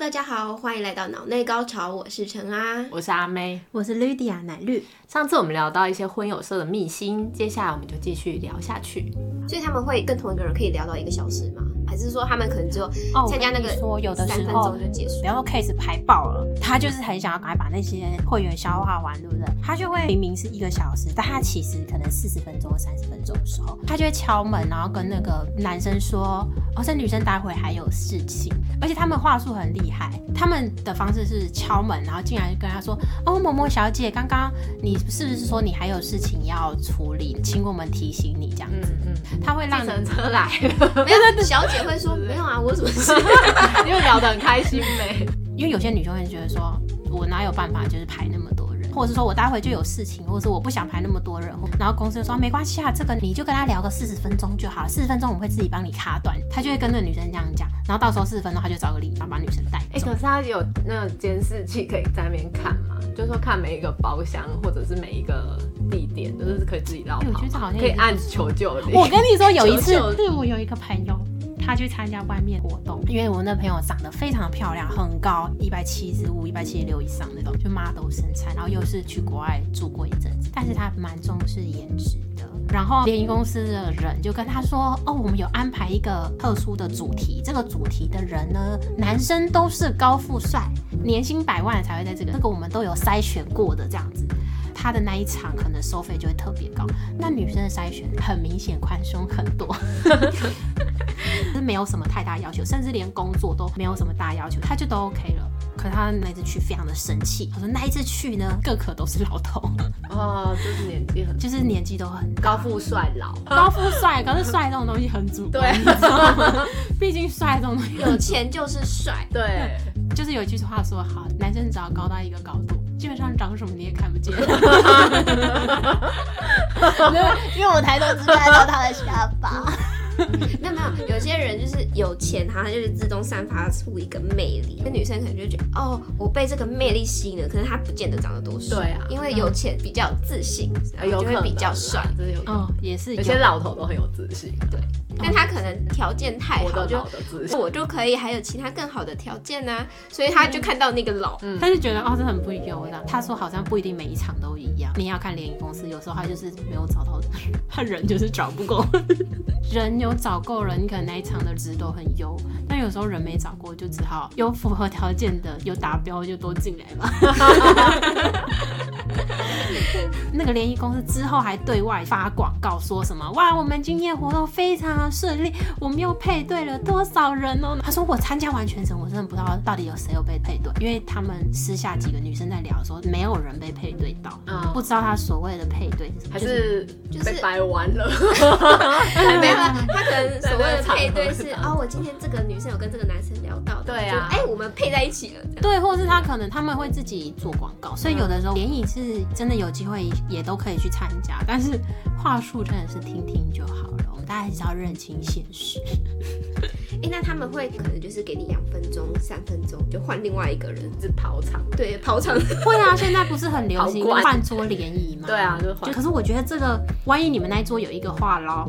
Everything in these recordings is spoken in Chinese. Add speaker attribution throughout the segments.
Speaker 1: 大家好，欢迎来到脑内高潮，我是陈啊。
Speaker 2: 我是阿妹。
Speaker 3: 我是 Lydia 奶绿，
Speaker 2: 上次我们聊到一些婚友社的秘辛，接下来我们就继续聊下去。
Speaker 1: 所以他们会跟同一个人可以聊到一个小时吗？还是说他们可能只有
Speaker 4: 哦，我
Speaker 1: 参加那
Speaker 4: 跟你
Speaker 1: 个
Speaker 4: 说有的
Speaker 1: 三
Speaker 4: 时
Speaker 1: 分
Speaker 4: 候
Speaker 1: 钟就结 束？
Speaker 4: 然后 case 排爆了，他就是很想要赶快把那些会员消化完，对不对？他就会明明是一个小时，但他其实可能四十分钟、三十分钟的时候，他就会敲门，然后跟那个男生说：“哦，这女生待会还有事情。”而且他们话术很厉害，他们的方式是敲门，然后进来就跟他说：“哦，某某小姐，刚刚你是不是说你还有事情要处理，请我们提醒你这样子。
Speaker 2: 嗯，
Speaker 4: 他会
Speaker 2: 计
Speaker 4: 让你
Speaker 2: 程车 来了，
Speaker 1: 没有，小姐会说没有啊，我有什么事？
Speaker 2: 因为聊得很开心呗。
Speaker 4: 因为有些女生会觉得说，我哪有办法就是排那么多人，或者是说我待会就有事情，或者是我不想排那么多人，或然后公司就说没关系啊，这个你就跟他聊个四十分钟就好了，四十分钟我们会自己帮你卡短，他就会跟那个女生这样讲，然后到时候四十分钟他就找个理由把女生带
Speaker 2: 哎、
Speaker 4: 走。
Speaker 2: 可是他有那种监视器可以在那边看嘛？就是说看每一个包厢或者是每一个地点，就是可以自己绕跑
Speaker 4: 哎
Speaker 2: 嘛。
Speaker 4: 我觉得这好像
Speaker 2: 可以
Speaker 4: 也是
Speaker 2: 按求救铃。
Speaker 4: 我跟你说，有一次
Speaker 2: 求救
Speaker 4: 对我有一个朋友。他去参加外面活动，因为我那朋友长得非常漂亮，很高，一百七十五、一百七十六以上那种，就 model 身材，然后又是去国外住过一阵子，但是他蛮重视颜值的。然后联谊公司的人就跟他说：“哦，我们有安排一个特殊的主题，这个主题的人呢，男生都是高富帅，年薪百万才会在这个，这个我们都有筛选过的这样子。”他的那一场可能收费就会特别高，那女生的筛选很明显宽松很多，是没有什么太大要求，甚至连工作都没有什么大要求，他就都 OK 了。可是他那次去非常的生气，他说那一次去呢，个个都是老头，
Speaker 2: 哦，就是年纪很
Speaker 4: 就是年纪都很
Speaker 2: 高富帅老，
Speaker 4: 高富帅，可是帅这种东西很主观，
Speaker 2: 对
Speaker 4: 你知道吗？ 毕竟帅这种东西
Speaker 1: 有钱就是 帅，
Speaker 2: 对，
Speaker 4: 就是有一句话说好，男生只要高到一个高度，基本上长什么你也看不见。
Speaker 3: 因为我抬头只看到他的下巴。
Speaker 1: 那没有，有些人就是有钱，他就是自动散发出一个魅力。那女生可能就觉得，哦，我被这个魅力吸引了，可是她不见得长得多帅。
Speaker 2: 对啊
Speaker 1: 因
Speaker 4: 嗯
Speaker 1: 为有钱比较有自信，然后
Speaker 2: 有
Speaker 1: 就
Speaker 2: 可
Speaker 4: 啊
Speaker 1: 会
Speaker 2: 能
Speaker 1: 比较帅
Speaker 2: 啦。，这是有可能。
Speaker 4: 嗯，也是
Speaker 2: 有
Speaker 4: 有
Speaker 2: 些老头都很有自信，对，
Speaker 1: 但他可能条件太
Speaker 2: 活
Speaker 1: 好，
Speaker 2: 得
Speaker 1: 就
Speaker 2: 老的自信。
Speaker 1: 我就可以还有其他更好的条件呐、所以他就看到那个老，
Speaker 4: 他就觉得哦，这很不优的。他说好像不一定每一场都一样，你要看联谊公司，有时候他就是没有找到，他人就是找不够， 人有找够了，你可能那一场的值都很优，但有时候人没找过，就只好有符合条件的，有达标就多进 来吧。那个联谊公司之后还对外发广告，说什么哇，我们今天活动非常顺利，我们又配对了多少人哦？他说我参加完全程，我真的不知道到底有谁有被配对，因为他们私下几个女生在聊的时候，没有人被配对到，
Speaker 2: 嗯
Speaker 4: 不知道他所谓的配对是什么，
Speaker 2: 还
Speaker 4: 就是
Speaker 1: 就是
Speaker 2: 被掰弯了，
Speaker 1: 没有啊，他可能所谓的配对是
Speaker 2: 在那个场合
Speaker 1: 哦，我今天这个女生有跟这个男生聊到的，
Speaker 2: 对啊
Speaker 1: 就哎、我们配在一起了，这样
Speaker 4: 对，或是他可能他们会自己做广告，所以有的时候联谊是真的有机会也都可以去参加，但是话术真的是听听就好了，我们大家还是要认清现实。
Speaker 1: 哎、那他们会可能就是给你两分钟、三分钟，就换另外一个人，
Speaker 2: 是跑场。
Speaker 1: 对，跑 场，
Speaker 4: 会啊，现在不是很流行
Speaker 2: 好怪
Speaker 4: 饭桌联谊吗？
Speaker 2: 对啊，就是换
Speaker 4: 就可是我觉得这个，万一你们那一桌有一个话唠，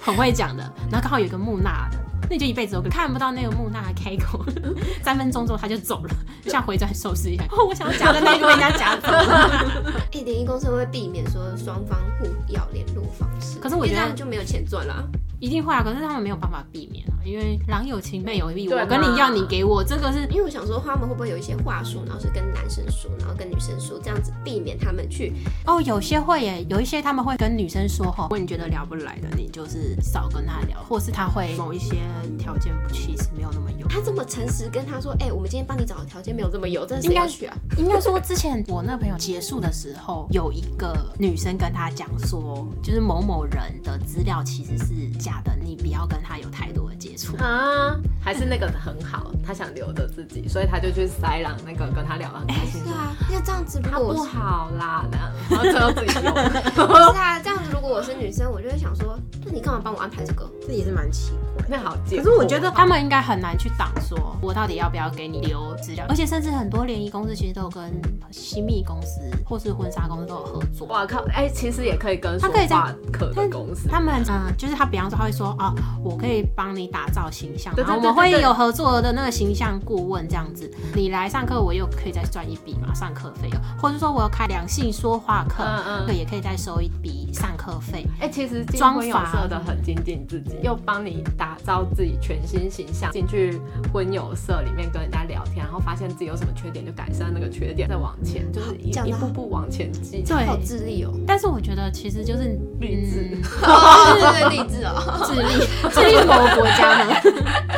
Speaker 4: 很会讲的，然后刚好有一个木讷的，那你就一辈子都看不到那个木讷的开口， 三分钟之后他就走了，就像回转寿司一样。哦，我想要讲的那个被人家夹走了。
Speaker 1: 哎、联谊公司会避免说双方互要联络方式，
Speaker 4: 可是我觉
Speaker 1: 因为这
Speaker 4: 得
Speaker 1: 样就没有钱赚啦。
Speaker 4: 一定会啊，可是他们没有办法避免啊，因为郎有情妹有意，
Speaker 2: 对嘛
Speaker 4: 我跟你要，你给我，这个是
Speaker 1: 因为我想说他们会不会有一些话术，然后是跟男生说，然后跟女生说，这样子避免他们去
Speaker 4: 哦，有些会耶，有一些他们会跟女生说吼，如果你觉得聊不来的，你就是少跟他聊，或是他会某一些条件不其实没有那么有。
Speaker 1: 他这么诚实跟他说，哎、我们今天帮你找的条件没有这么有，真的
Speaker 4: 应
Speaker 1: 是
Speaker 4: 该
Speaker 1: 要去啊。
Speaker 4: 应该说，之前我那个朋友结束的时候，有一个女生跟他讲说，就是某某人的资料其实是假的，你不要跟他有太多的接触。
Speaker 2: 啊，还是那个很好，他想留着自己，所以他就去塞朗那个跟他聊得很开心。
Speaker 1: 对啊，那这样子如
Speaker 2: 他
Speaker 1: 果我
Speaker 2: 不
Speaker 1: 是
Speaker 2: 好啦，那样然后最后自己用。
Speaker 1: 不是啊，这样子如果我是女生，我就会想说，那你干嘛帮我安排这个？
Speaker 3: 这也是蛮奇怪
Speaker 2: 那好贱
Speaker 5: 可
Speaker 2: 货。
Speaker 5: 是我觉得
Speaker 4: 他们应该很难去挡，说我到底要不要给你留资料，而且甚至很多联谊公司其实都有跟新密公司或是婚纱公司都有合作。
Speaker 2: 哇靠，哎、其实也可以跟
Speaker 4: 他
Speaker 2: 说
Speaker 4: 可以这样
Speaker 2: 话可的公司，
Speaker 4: 他们嗯、呃就是他，比方说他会说哦，我可以帮你打造形象，
Speaker 2: 对
Speaker 4: 然
Speaker 2: 对
Speaker 4: 后我
Speaker 2: 对
Speaker 4: 们会
Speaker 2: 对对
Speaker 4: 有合作的那个形象顾问这样子，你来上课我又可以再赚一笔嘛上课费用，或者说我有开两性说话课，
Speaker 2: 嗯嗯
Speaker 4: 对，也可以再收一笔上课费。
Speaker 2: 哎、其实金
Speaker 4: 妆
Speaker 2: 婚有
Speaker 4: 法
Speaker 2: 色的很精进自己，又帮你打造自己全新形象，进去婚友社里面跟人家聊天，然后发现自己有什么缺点就改善那个缺点，再往前，就是一
Speaker 1: 讲得
Speaker 2: 一
Speaker 1: 好
Speaker 2: 步步往前进。
Speaker 4: 对，
Speaker 1: 好自立哦，
Speaker 4: 但是我觉得其实就是
Speaker 2: 励志
Speaker 4: 嗯
Speaker 1: 对对对，励志 哦。
Speaker 4: 智 利，智利某个国家呢？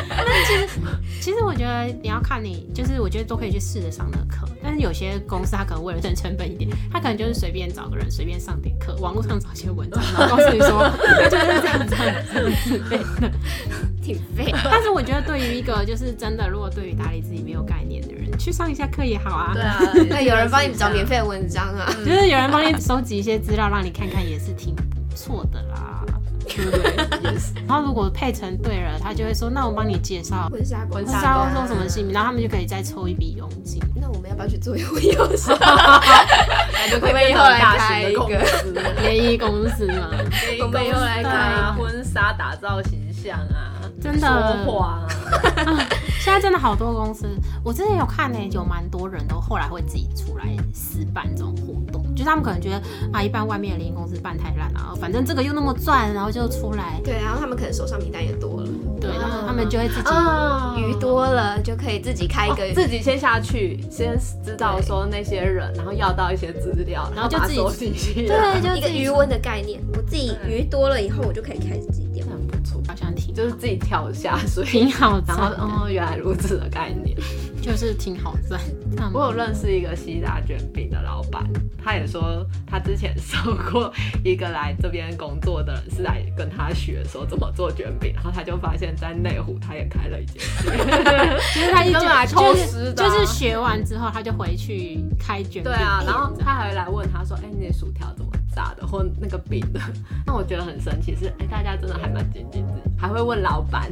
Speaker 4: 但其实，其实我觉得你要看你，就是我觉得都可以去试着上那个课。但是有些公司他可能为了省成本一点，他可能就是随便找个人随便上点课，网络上找一些文章，然后告诉你说 就是这样子这样子这样子之类的。
Speaker 1: 挺废的。
Speaker 4: 但是我觉得对于一个就是真的，如果对于打理自己没有概念的人，去上一下课也好啊。
Speaker 2: 啊，
Speaker 1: 那有人帮你找免费的文章啊？
Speaker 4: 就是有人帮你收集一些资料让你看看，也是挺不错的啦。
Speaker 2: 对不对？也是
Speaker 4: 然后如果配成对了，他就会说：“那我帮你介绍
Speaker 1: 婚纱啊
Speaker 2: 婚
Speaker 4: 不
Speaker 2: 纱
Speaker 4: 知
Speaker 2: 公
Speaker 4: 道
Speaker 2: 司
Speaker 4: 送什么姓名，然后他们就可以再抽一笔佣金。
Speaker 1: 那我们要不要去做游泳？
Speaker 2: 感觉可以
Speaker 1: 我们以
Speaker 2: 变
Speaker 1: 后
Speaker 2: 成
Speaker 1: 来
Speaker 2: 大型的 公
Speaker 1: 开一
Speaker 2: 司，
Speaker 4: 联谊公司嘛，
Speaker 1: 我们以后来
Speaker 2: 对啊
Speaker 1: 开
Speaker 2: 婚纱打造形象啊，
Speaker 4: 真的
Speaker 2: 说话啊，
Speaker 4: 现在真的好多公司，我之前有看呢、有蛮多人都后来会自己出来私办这种活动，就是他们可能觉得啊，一般外面的联谊公司办太烂了，然后反正这个又那么赚，然后就出来，
Speaker 1: 对，然后他们可能手上名单也多了，
Speaker 4: 对，
Speaker 2: 嗯
Speaker 4: 然后他们就会自己。
Speaker 2: 啊
Speaker 1: 鱼多了就可以自己开一个
Speaker 2: 哦自己先下去，先知道说那些人，然后要到一些资料，
Speaker 4: 然后就
Speaker 2: 把它
Speaker 4: 自己
Speaker 2: 收集起来，
Speaker 4: 对，就
Speaker 1: 啊一
Speaker 4: 自
Speaker 1: 个
Speaker 4: 己
Speaker 1: 鱼
Speaker 4: 出
Speaker 1: 温的概念。我自己鱼多了以后，我就可以开始自己钓。
Speaker 2: 很不错，
Speaker 4: 好像挺
Speaker 2: 就是自己跳下水，
Speaker 4: 挺好
Speaker 2: 然
Speaker 4: 赚
Speaker 2: 后
Speaker 4: 的，
Speaker 2: 哦，原来如此的概念。
Speaker 4: 就是挺好赚。嗯他们
Speaker 2: 我有认识一个西达卷饼的老板，他也说他之前收过一个来这边工作的人，是来跟他学说怎么做卷饼，然后他就发现，在内湖他也开了一间店。
Speaker 4: 就是他一
Speaker 2: 根本来
Speaker 4: 直
Speaker 2: 偷
Speaker 4: 就
Speaker 2: 师
Speaker 4: 是
Speaker 2: 的啊
Speaker 4: 就是学完之后他就回去开卷饼
Speaker 2: 对啊，
Speaker 4: 店
Speaker 2: 然后
Speaker 4: 这样
Speaker 2: 他还来问他说：“哎、你的薯条怎么炸的，或那个饼的？” 那我觉得很神奇是，哎、大家真的还蛮精进自己，还会问老板，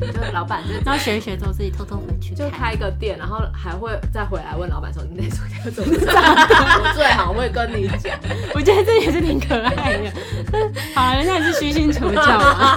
Speaker 2: 就是老板就是
Speaker 4: 然后学一学之后自己偷偷回去
Speaker 2: 就
Speaker 4: 开。
Speaker 2: 开一个店，然后还会再回来问老板说：“你那薯条怎么炸的？” 我最好会跟你讲。
Speaker 4: 我觉得这也是挺可爱的。好了，人家也是虚心求教啊嘛。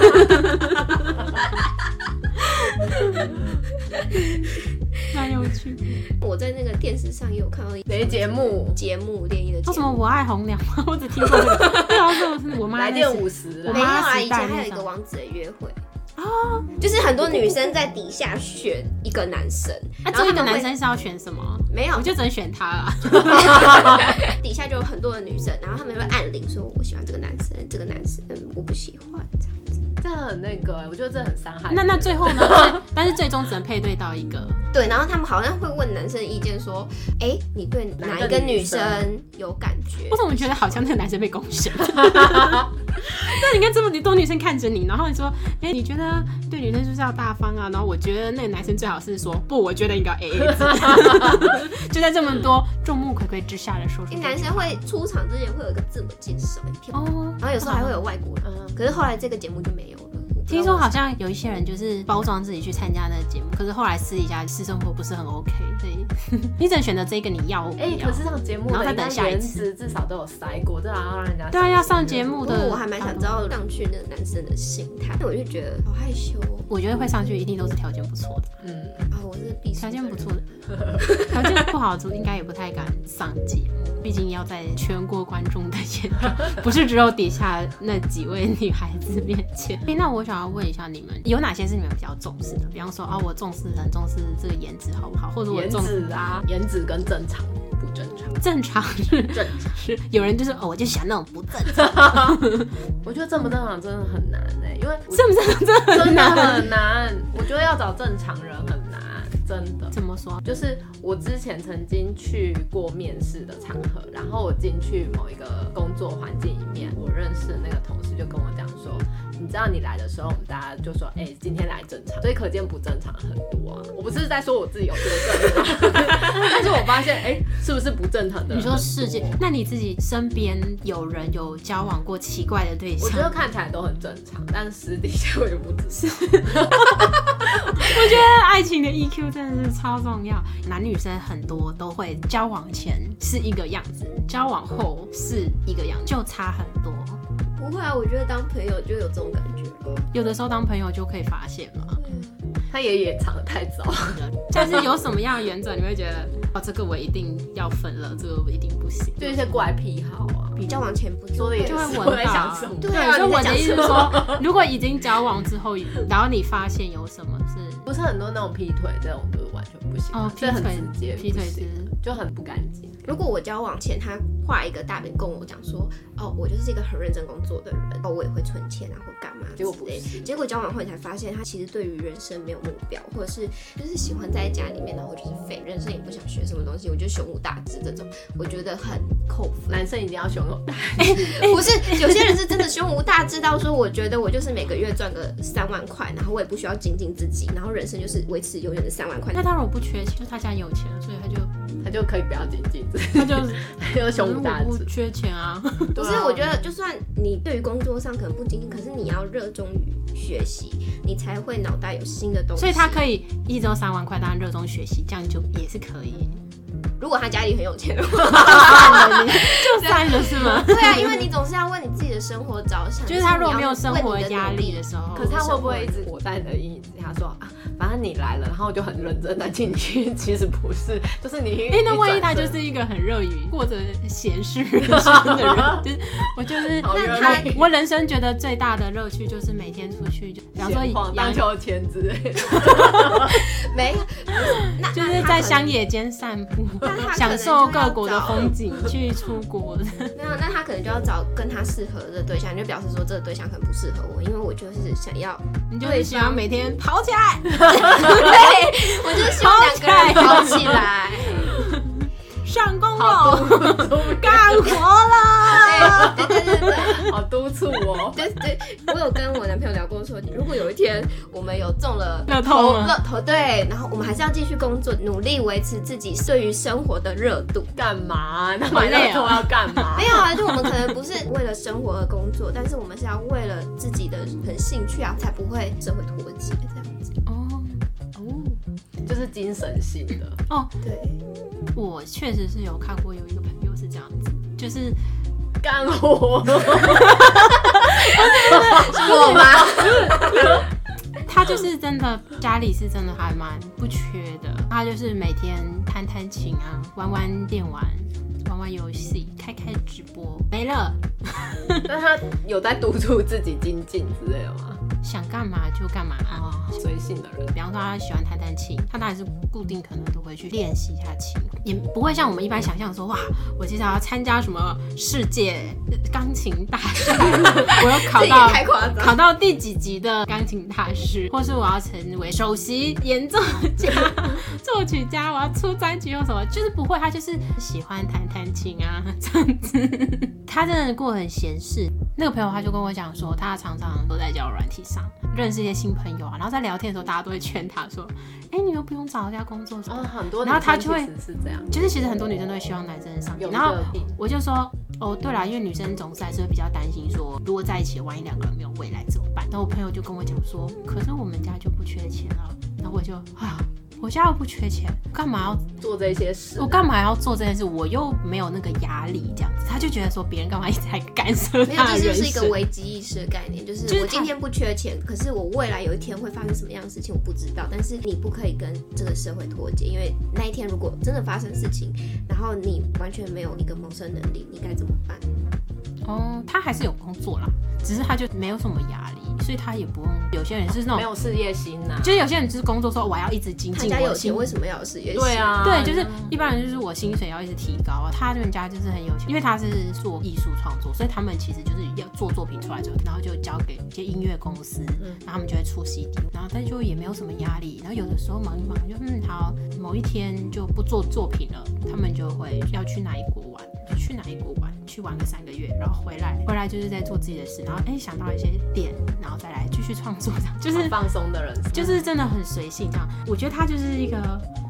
Speaker 4: 蛮有趣。
Speaker 1: 我在那个电视上也有看到一
Speaker 2: 谁节目？
Speaker 1: 节目联谊的节
Speaker 4: 为什
Speaker 1: 目，
Speaker 4: 么我爱红娘吗？我只听过这个，不知道是不是我妈
Speaker 2: 来
Speaker 4: 那
Speaker 2: 电
Speaker 4: 时
Speaker 2: 五十
Speaker 4: 我
Speaker 1: 没有
Speaker 2: 了，
Speaker 4: 妈
Speaker 1: 啊？
Speaker 4: 时
Speaker 1: 以
Speaker 4: 代
Speaker 1: 前还有
Speaker 4: 那
Speaker 1: 一个
Speaker 4: 种啊
Speaker 1: 王子的约会哦，就是很多女生在底下选一个男生，
Speaker 4: 那
Speaker 1: 然后
Speaker 4: 这
Speaker 1: 他
Speaker 4: 个
Speaker 1: 们
Speaker 4: 男
Speaker 1: 会哦
Speaker 4: 生是要选什么？
Speaker 1: 没有
Speaker 4: 我，就只能选他了。
Speaker 1: 底下就有很多的女生，然后他们会按铃说我喜欢这个男生，这个男生嗯我不喜欢这样。
Speaker 2: 这很那个、我觉得这很伤害人。
Speaker 4: 那那最后呢？ 最但是最终只能配对到一个。
Speaker 1: 对，然后他们好像会问男生意见说，哎，你对哪一个女生有感觉
Speaker 4: 我？怎么觉得好像那个男生被攻陷？ 那你看这么多女生看着你，然后你说，哎、你觉得对女生就是要大方啊？然后我觉得那个男生最好是说，不，我觉得应该 A A 制。就在这么多众目睽睽之下的说出
Speaker 1: 因
Speaker 4: 这
Speaker 1: 为
Speaker 4: 句
Speaker 1: 男生会出场之前会有一个字母介绍一篇，
Speaker 4: 哦，
Speaker 1: 然后有时候还会有外国人，
Speaker 2: 嗯，
Speaker 1: 可是后来这个节目就没有了。我不知道
Speaker 4: 听说
Speaker 1: 为什么
Speaker 4: 好像有一些人就是包装自己去参加那个节目，可是后来私底下私生活不是很 OK，所以 你只能选择这个你要或不要。
Speaker 2: 哎、可是上节目
Speaker 4: 然后
Speaker 2: 的
Speaker 4: 再
Speaker 2: 人
Speaker 4: 等
Speaker 2: 家
Speaker 4: 下一
Speaker 2: 颜
Speaker 4: 次
Speaker 2: 值至少都有筛过，这然后让人家
Speaker 4: 对啊，要上
Speaker 2: 心
Speaker 4: 节目
Speaker 1: 不过
Speaker 4: 的，啊
Speaker 1: 我还蛮想知。道上去那个男生的心态，但我就觉得好害羞哦。
Speaker 4: 我觉得会上去一定都是条件不错的，
Speaker 2: 嗯，
Speaker 1: 啊，我是必须
Speaker 4: 条件不错的， 条件不好的组应该也不太敢上节目，毕竟要在全国观众的眼中，不是只有底下那几位女孩子面前。诶那我想要问一下你们，有哪些是你们比较重视的？比方说啊，我重视很重视这个颜值好不好，或者我
Speaker 2: 颜
Speaker 4: 重视
Speaker 2: 值啊，颜值跟正常不正常，
Speaker 4: 正常 是
Speaker 2: 正常。
Speaker 4: 是有人就是哦，我就喜欢那种不正常，
Speaker 2: 我觉得正不正常真的很难哎、因为
Speaker 4: 是不是？这
Speaker 2: 真
Speaker 4: 很
Speaker 2: 的
Speaker 4: 难。
Speaker 2: 很难，我觉得要找正常人很难，真的。
Speaker 4: 怎么说？
Speaker 2: 就是我之前曾经去过面试的场合，然后我进去某一个工作环境里面，我认识的那个同事就跟我讲说，你知道你来的时候，我们大家就说，哎、今天来正常，所以可见不正常很多啊。我不是在说我自己有多正常， 但是我发现，哎、是不是不正常的人很
Speaker 4: 你
Speaker 2: 多？啊
Speaker 4: 说世界，那你自己身边有人有交往过奇怪的对
Speaker 2: 我觉得
Speaker 4: 象？
Speaker 2: 看起来都很正常，但私底下我也不知道。
Speaker 4: 我觉得爱情的 EQ 真的是超重要。男女生很多都会交往前是一个样子，交往后是一个样子，就差很多。
Speaker 1: 不会啊，我觉得当朋友就有这种感觉。
Speaker 4: 有的时候当朋友就可以发现嘛。
Speaker 2: 他也也藏得太早，
Speaker 4: 但是有什么样的原则，你会觉得哦，这个我一定要分了，这个我一定不行。
Speaker 2: 就一些怪癖好啊。
Speaker 1: 比交往前不
Speaker 2: 说的也
Speaker 4: 就会
Speaker 2: 是，
Speaker 4: 闻
Speaker 2: 我
Speaker 4: 到
Speaker 2: 在想什么？
Speaker 1: 对啊
Speaker 4: 所以
Speaker 1: 你在
Speaker 4: 我的
Speaker 1: 讲
Speaker 4: 意思是
Speaker 1: 什么
Speaker 4: 说，如果已经交往之后，然后你发现有什么是
Speaker 2: 不是很多那种劈腿这种都完全不行啊，
Speaker 4: 哦，
Speaker 2: 这
Speaker 4: 劈
Speaker 2: 很
Speaker 4: 腿
Speaker 2: 直接，
Speaker 4: 劈腿
Speaker 2: 不行
Speaker 4: 之
Speaker 2: 就很不干净。
Speaker 1: 如果我交往前他画一个大饼跟我讲说，哦，我就是一个很认真工作的人，哦，我也会存钱啊或干嘛之
Speaker 2: 结果不
Speaker 1: 类
Speaker 2: 是
Speaker 1: 的。结果交往后你才发现，他其实对于人生没有目标，或者是就是喜欢在家里面，然后就是废，人生也不想学什么东西。我觉得胸无大志这种，我觉得很扣分。
Speaker 2: 男生一定要胸有大，
Speaker 1: 不是，有些人是真的胸无大志到说，我觉得我就是每个月赚个三万块，然后我也不需要精进自己，然后人生就是维持永远的三万块
Speaker 4: 那。他如果不缺钱，就是他家有钱，所以他就
Speaker 2: 他就可以不要紧紧子，
Speaker 4: 他就
Speaker 2: 他就胸无大
Speaker 4: 我不
Speaker 2: 志。
Speaker 4: 缺钱啊。
Speaker 1: 不
Speaker 2: 不
Speaker 1: 是，我觉得就算你对于工作上可能不精进，可是你要热衷于学习，你才会脑袋有新的东西。
Speaker 4: 所以他
Speaker 1: 以，
Speaker 4: 可以一周三万块，当然热衷学习，这样就也是可以。
Speaker 1: 如果他家里很有钱的 话，
Speaker 4: 就算了是 吗？
Speaker 1: 对啊，因为你总是要为你自己的生活着想。
Speaker 4: 就是他如果
Speaker 1: 你
Speaker 4: 没
Speaker 1: 要
Speaker 4: 有生
Speaker 1: 为你
Speaker 4: 活
Speaker 1: 的
Speaker 4: 压
Speaker 1: 努
Speaker 4: 力
Speaker 1: 力
Speaker 4: 的时候，
Speaker 2: 可是他会不会一直活在你的阴影之下？说啊，反正你来了，然后我就很认 真的进去，其实不是，就是 你。
Speaker 4: 哎、那万一
Speaker 2: 你转
Speaker 4: 他就
Speaker 2: 身
Speaker 4: 是一个很热于过着闲适人生的人，就是我 就是
Speaker 2: 好热
Speaker 4: 那他
Speaker 2: 烈
Speaker 4: 我人生觉得最大的乐趣就是每天出去，就 比方说
Speaker 2: 闲晃荡
Speaker 4: 洋，
Speaker 2: 秋千之类 的，
Speaker 1: 没有，那
Speaker 4: 就是在乡。野间散步
Speaker 1: 那他可，能
Speaker 4: 享受各国
Speaker 1: 就要
Speaker 4: 的
Speaker 1: 找
Speaker 4: 风景，去出国。
Speaker 1: 那他可能没有，那他可能就要找跟他适合的对象，就表示说这个对象可能不适合我，因为我就是想要，
Speaker 4: 你就是喜欢每天跑起来，
Speaker 1: 对我就是希望两个人跑起来。
Speaker 4: 上公路，干活啦！
Speaker 1: 对对对对对。
Speaker 2: 好督促哦。
Speaker 1: 对对，我有跟我男朋友聊过说，如果有一天我们有中了
Speaker 4: 乐透吗
Speaker 1: 乐头对，然后我们还是要继续工作，努力维持自己对于生活的热度。
Speaker 2: 干嘛？那
Speaker 4: 好
Speaker 2: 买乐
Speaker 4: 累哦
Speaker 2: 透要干嘛？
Speaker 1: 没有啊，就我们可能不是为了生活而工作，但是我们是要为了自己的很兴趣啊，才不会社会脱节这样子。
Speaker 4: 哦哦。
Speaker 2: 就是精神性的。
Speaker 1: 对，
Speaker 4: 我确实是有看过有一个朋友是这样子，就是
Speaker 2: 干活，
Speaker 1: 是我吗？
Speaker 4: 他就是真的家里是真的还蛮不缺的，他就是每天弹弹琴啊，玩玩电玩，玩玩游戏，开开直播，没了，
Speaker 2: 但他有在督促自己精进之类的吗？
Speaker 4: 想干嘛就干嘛啊。
Speaker 2: 啊，随性的人，
Speaker 4: 比方说他喜欢弹弹琴，他当然是固定可能都会去练习一下琴，也不会像我们一般想象说哇，我接下来要参加什么世界钢琴大赛， 我要考
Speaker 1: 这也
Speaker 4: 到
Speaker 1: 太夸张。
Speaker 4: 考到第几级的钢琴大师，或是我要成为首席演奏 家、作曲家，我要出专辑或什么，就是不会，他就是喜欢弹弹琴啊 这样子。他真的过得很闲适。那个朋友他就跟我讲说，他常常都在交友软体上认识一些新朋友啊，然后在聊天的时候，大家都会劝他说：“哎、你又不用找一下工作什么
Speaker 2: 哦，很多，
Speaker 4: 然后他就会
Speaker 2: 是这样，
Speaker 4: 就是其实很多女生都会希望男生上去，
Speaker 2: 有
Speaker 4: 然后
Speaker 2: 热地
Speaker 4: 我就说哦，对啦，因为女生总是还是会比较担心说，如果在一起，万一两个人没有未来怎么办？然后我朋友就跟我讲说，可是我们家就不缺钱啊，然后我就啊。我家又不缺钱，干嘛要
Speaker 2: 做这些事
Speaker 4: 我。干嘛要做这件事？我又没有那个压力，这样子，他就觉得说别人干嘛一直在干 涉
Speaker 1: 没有，
Speaker 4: 他的
Speaker 1: 这就
Speaker 4: 人
Speaker 1: 是一个
Speaker 4: 生
Speaker 1: 危机意识的概念，就是
Speaker 4: 就是
Speaker 1: 我
Speaker 4: 他
Speaker 1: 今天不缺钱，可是我未来有一天会发生什么样的事情我不知道，但是你不可以跟这个社会脱节，因为那一天如果真的发生事情，然后你完全没有一个谋生能力，你该怎么办？
Speaker 4: 哦，他还是有工作啦，只是他就没有什么压力，所以他也不用。有些人是那
Speaker 2: 没
Speaker 4: 种，
Speaker 2: 有事业心呐、
Speaker 4: 就是有些人就是工作说我要一直精
Speaker 1: 他
Speaker 4: 进，
Speaker 1: 家
Speaker 4: 我
Speaker 1: 有
Speaker 4: 精
Speaker 1: 钱，为什么要有事业心？
Speaker 2: 对，啊，
Speaker 4: 对，就是一般人就是我薪水要一直提高啊，他们家就是很有钱，因为他是做艺术创作，所以他们其实就是要做作品出来之后，然后就交给一些音乐公司，然后他们就会出 CD，然后但就也没有什么压力，然后有的时候忙一忙就嗯好，某一天就不做作品了，他们就会要去哪一国玩，去哪一国玩，去玩个三个月，然后回来，回来就是在做自己的事，然后哎想到一些点，然后再来继续创作，这样就是
Speaker 2: 很放松的人，
Speaker 4: 就是真的很随性这样。我觉得他就是一个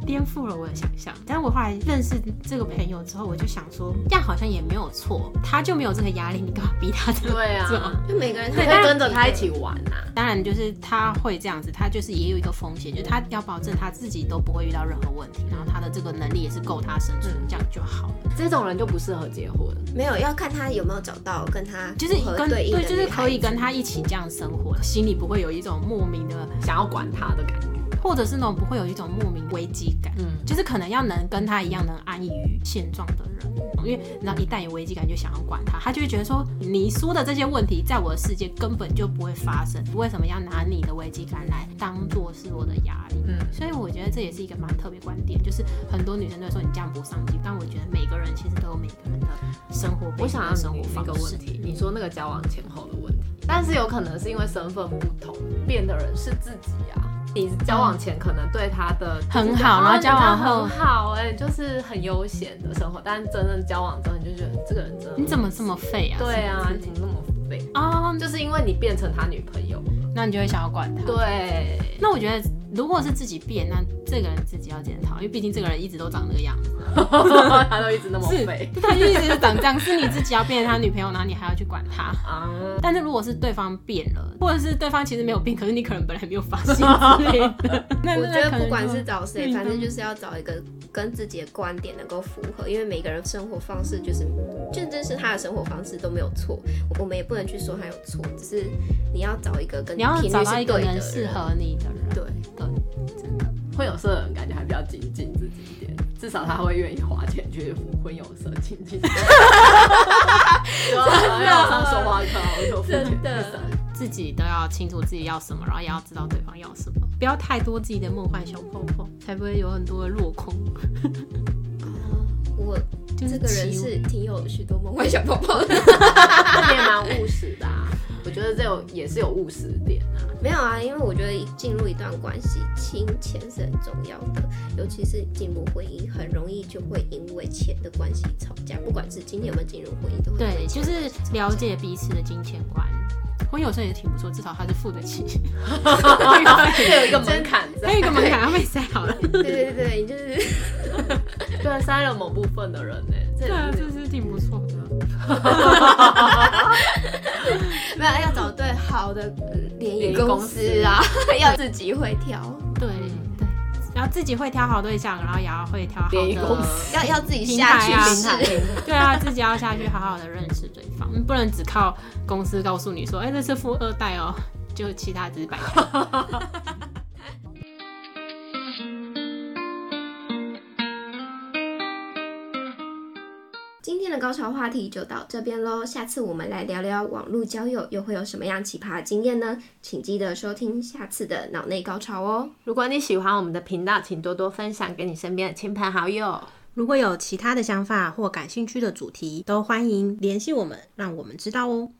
Speaker 4: 颠覆了我的想象。但我后来认识这个朋友之后，我就想说，这样好像也没有错，他就没有这个压力，你干嘛逼他这样？
Speaker 2: 对啊，
Speaker 1: 就每个人
Speaker 2: 你
Speaker 1: 都
Speaker 2: 会
Speaker 1: 有
Speaker 2: 跟着
Speaker 1: 自己
Speaker 2: 他
Speaker 1: 的
Speaker 2: 一起玩呐、
Speaker 4: 当然，就是他会这样子，他就是也有一个风险，就是他要保证他自己都不会遇到任何问题，然后他的这个能力也是够他生存，这样就好了。
Speaker 2: 这种人就不适合结婚。
Speaker 1: 没有，要看他有没有找到跟他
Speaker 4: 就是
Speaker 1: 嗯符合
Speaker 4: 跟
Speaker 1: 对应的
Speaker 4: 对，就是
Speaker 1: 女孩
Speaker 4: 可以
Speaker 1: 子
Speaker 4: 跟他一起这样生活，心里不会有一种莫名的，
Speaker 2: 想要管他的感觉，
Speaker 4: 或者是那种不会有一种莫名危机感。
Speaker 2: 嗯，
Speaker 4: 就是可能要能跟他一样能安逸于现状的人，因为你知道一旦有危机感就想要管他，他就会觉得说你说的这些问题在我的世界根本就不会发生，为什么要拿你的危机感来当做是我的压力？
Speaker 2: 嗯
Speaker 4: 所以我觉得这也是一个蛮特别观点，就是很多女生都会说你这样不上进，但我觉得每个人其实都有每个人的生活背景
Speaker 2: 我想要
Speaker 4: 跟生
Speaker 2: 你
Speaker 4: 活
Speaker 2: 那
Speaker 4: 方
Speaker 2: 个
Speaker 4: 式
Speaker 2: 问。题，你说那个交往前后的问题，但是有可能是因为身份不同，变的人是自己啊。你交往前可能对他的
Speaker 4: 嗯很
Speaker 2: 就是觉得
Speaker 4: 好
Speaker 2: 哦
Speaker 4: 然后交往
Speaker 2: 你跟他
Speaker 4: 后
Speaker 2: 很好哎、就是很悠闲的生活，但是真正交往之后，你就觉得这个人真的
Speaker 4: 你怎么这么废啊？
Speaker 2: 对啊，
Speaker 4: 是
Speaker 2: 你
Speaker 4: 不是
Speaker 2: 怎么那么废？
Speaker 4: 哦，
Speaker 2: 就是因为你变成他女朋友，
Speaker 4: 那你就会想要管他。
Speaker 2: 对，
Speaker 4: 那我觉得，如果是自己变，那这个人自己要检讨，因为毕竟这个人一直都长那个样子，
Speaker 2: 他都一直那么
Speaker 4: 是
Speaker 2: 废
Speaker 4: 他就一直长这样，是你自己要变成他女朋友，然后你还要去管他。
Speaker 2: 啊，
Speaker 4: 但是如果是对方变了，或者是对方其实没有变，可是你可能本来没有发现之类的，那
Speaker 1: 我
Speaker 4: 那
Speaker 1: 觉得
Speaker 4: 那可能
Speaker 1: 不管
Speaker 4: 就是
Speaker 1: 找谁，
Speaker 4: 嗯
Speaker 1: 反正就是要找一个跟自己的观点能够符合，因为每个人生活方式就是，就这是他的生活方式都没有错，我们也不能去说他有错，只是你要找一个跟
Speaker 4: 你要
Speaker 1: 频
Speaker 4: 找
Speaker 1: 率
Speaker 4: 到一
Speaker 1: 是
Speaker 4: 个
Speaker 1: 对的
Speaker 4: 能
Speaker 1: 人
Speaker 4: 适。合你的人，
Speaker 1: 对，
Speaker 4: 真的。
Speaker 2: 婚友社的人感觉还比较精进自己一点，至少他会愿意花钱去婚友社亲近。有上说话课，我有付钱去上。
Speaker 4: 自己都要清楚自己要什么，然后也要知道对方要什么，不要太多自己的梦幻小泡泡，才不会有很多的落空。
Speaker 1: 我
Speaker 4: 就是
Speaker 1: 这个人
Speaker 4: 期
Speaker 1: 是挺有许多梦幻小泡泡的。
Speaker 2: 那你也蛮务实的啊，我觉得这有也是有务实 点啊。
Speaker 1: 没有啊，因为我觉得进入一段关系，金钱是很重要的，尤其是进入婚姻，很容易就会因为钱的关系吵架，不管是今天有没有进入婚姻，都会 因
Speaker 4: 对，
Speaker 1: 为钱
Speaker 4: 就是了解彼此的金钱观。婚友社也挺不错，至少他是付得起，
Speaker 2: 这有一个门槛在
Speaker 4: 还。有一个门槛，他被塞好了。
Speaker 1: 对对对对，就是。
Speaker 2: 对，塞了某部分的人呢、这
Speaker 4: 对啊，
Speaker 2: 也
Speaker 4: 就是是挺不错的。
Speaker 1: 没有要找对好的呃联
Speaker 2: 联谊
Speaker 1: 谊公
Speaker 2: 公
Speaker 1: 司啊， 要自己会挑，
Speaker 4: 对对，然后自己会挑好对象，然后也要会挑好
Speaker 2: 联谊公
Speaker 4: 的。
Speaker 2: 司
Speaker 1: 要要自己
Speaker 4: 平
Speaker 1: 下
Speaker 4: 台
Speaker 1: 去
Speaker 4: 啊
Speaker 1: 试。
Speaker 4: 对啊，自己要下去好好的认识对方，不能只靠公司告诉你说，哎、这是富二代哦，就其他只是白嫖。
Speaker 1: 今天的高潮话题就到这边喽，下次我们来聊聊网络交友又会有什么样奇葩的经验呢？请记得收听下次的脑内高潮哦。
Speaker 2: 如果你喜欢我们的频道，请多多分享给你身边的亲朋好友。
Speaker 4: 如果有其他的想法或感兴趣的主题，都欢迎联系我们，让我们知道哦。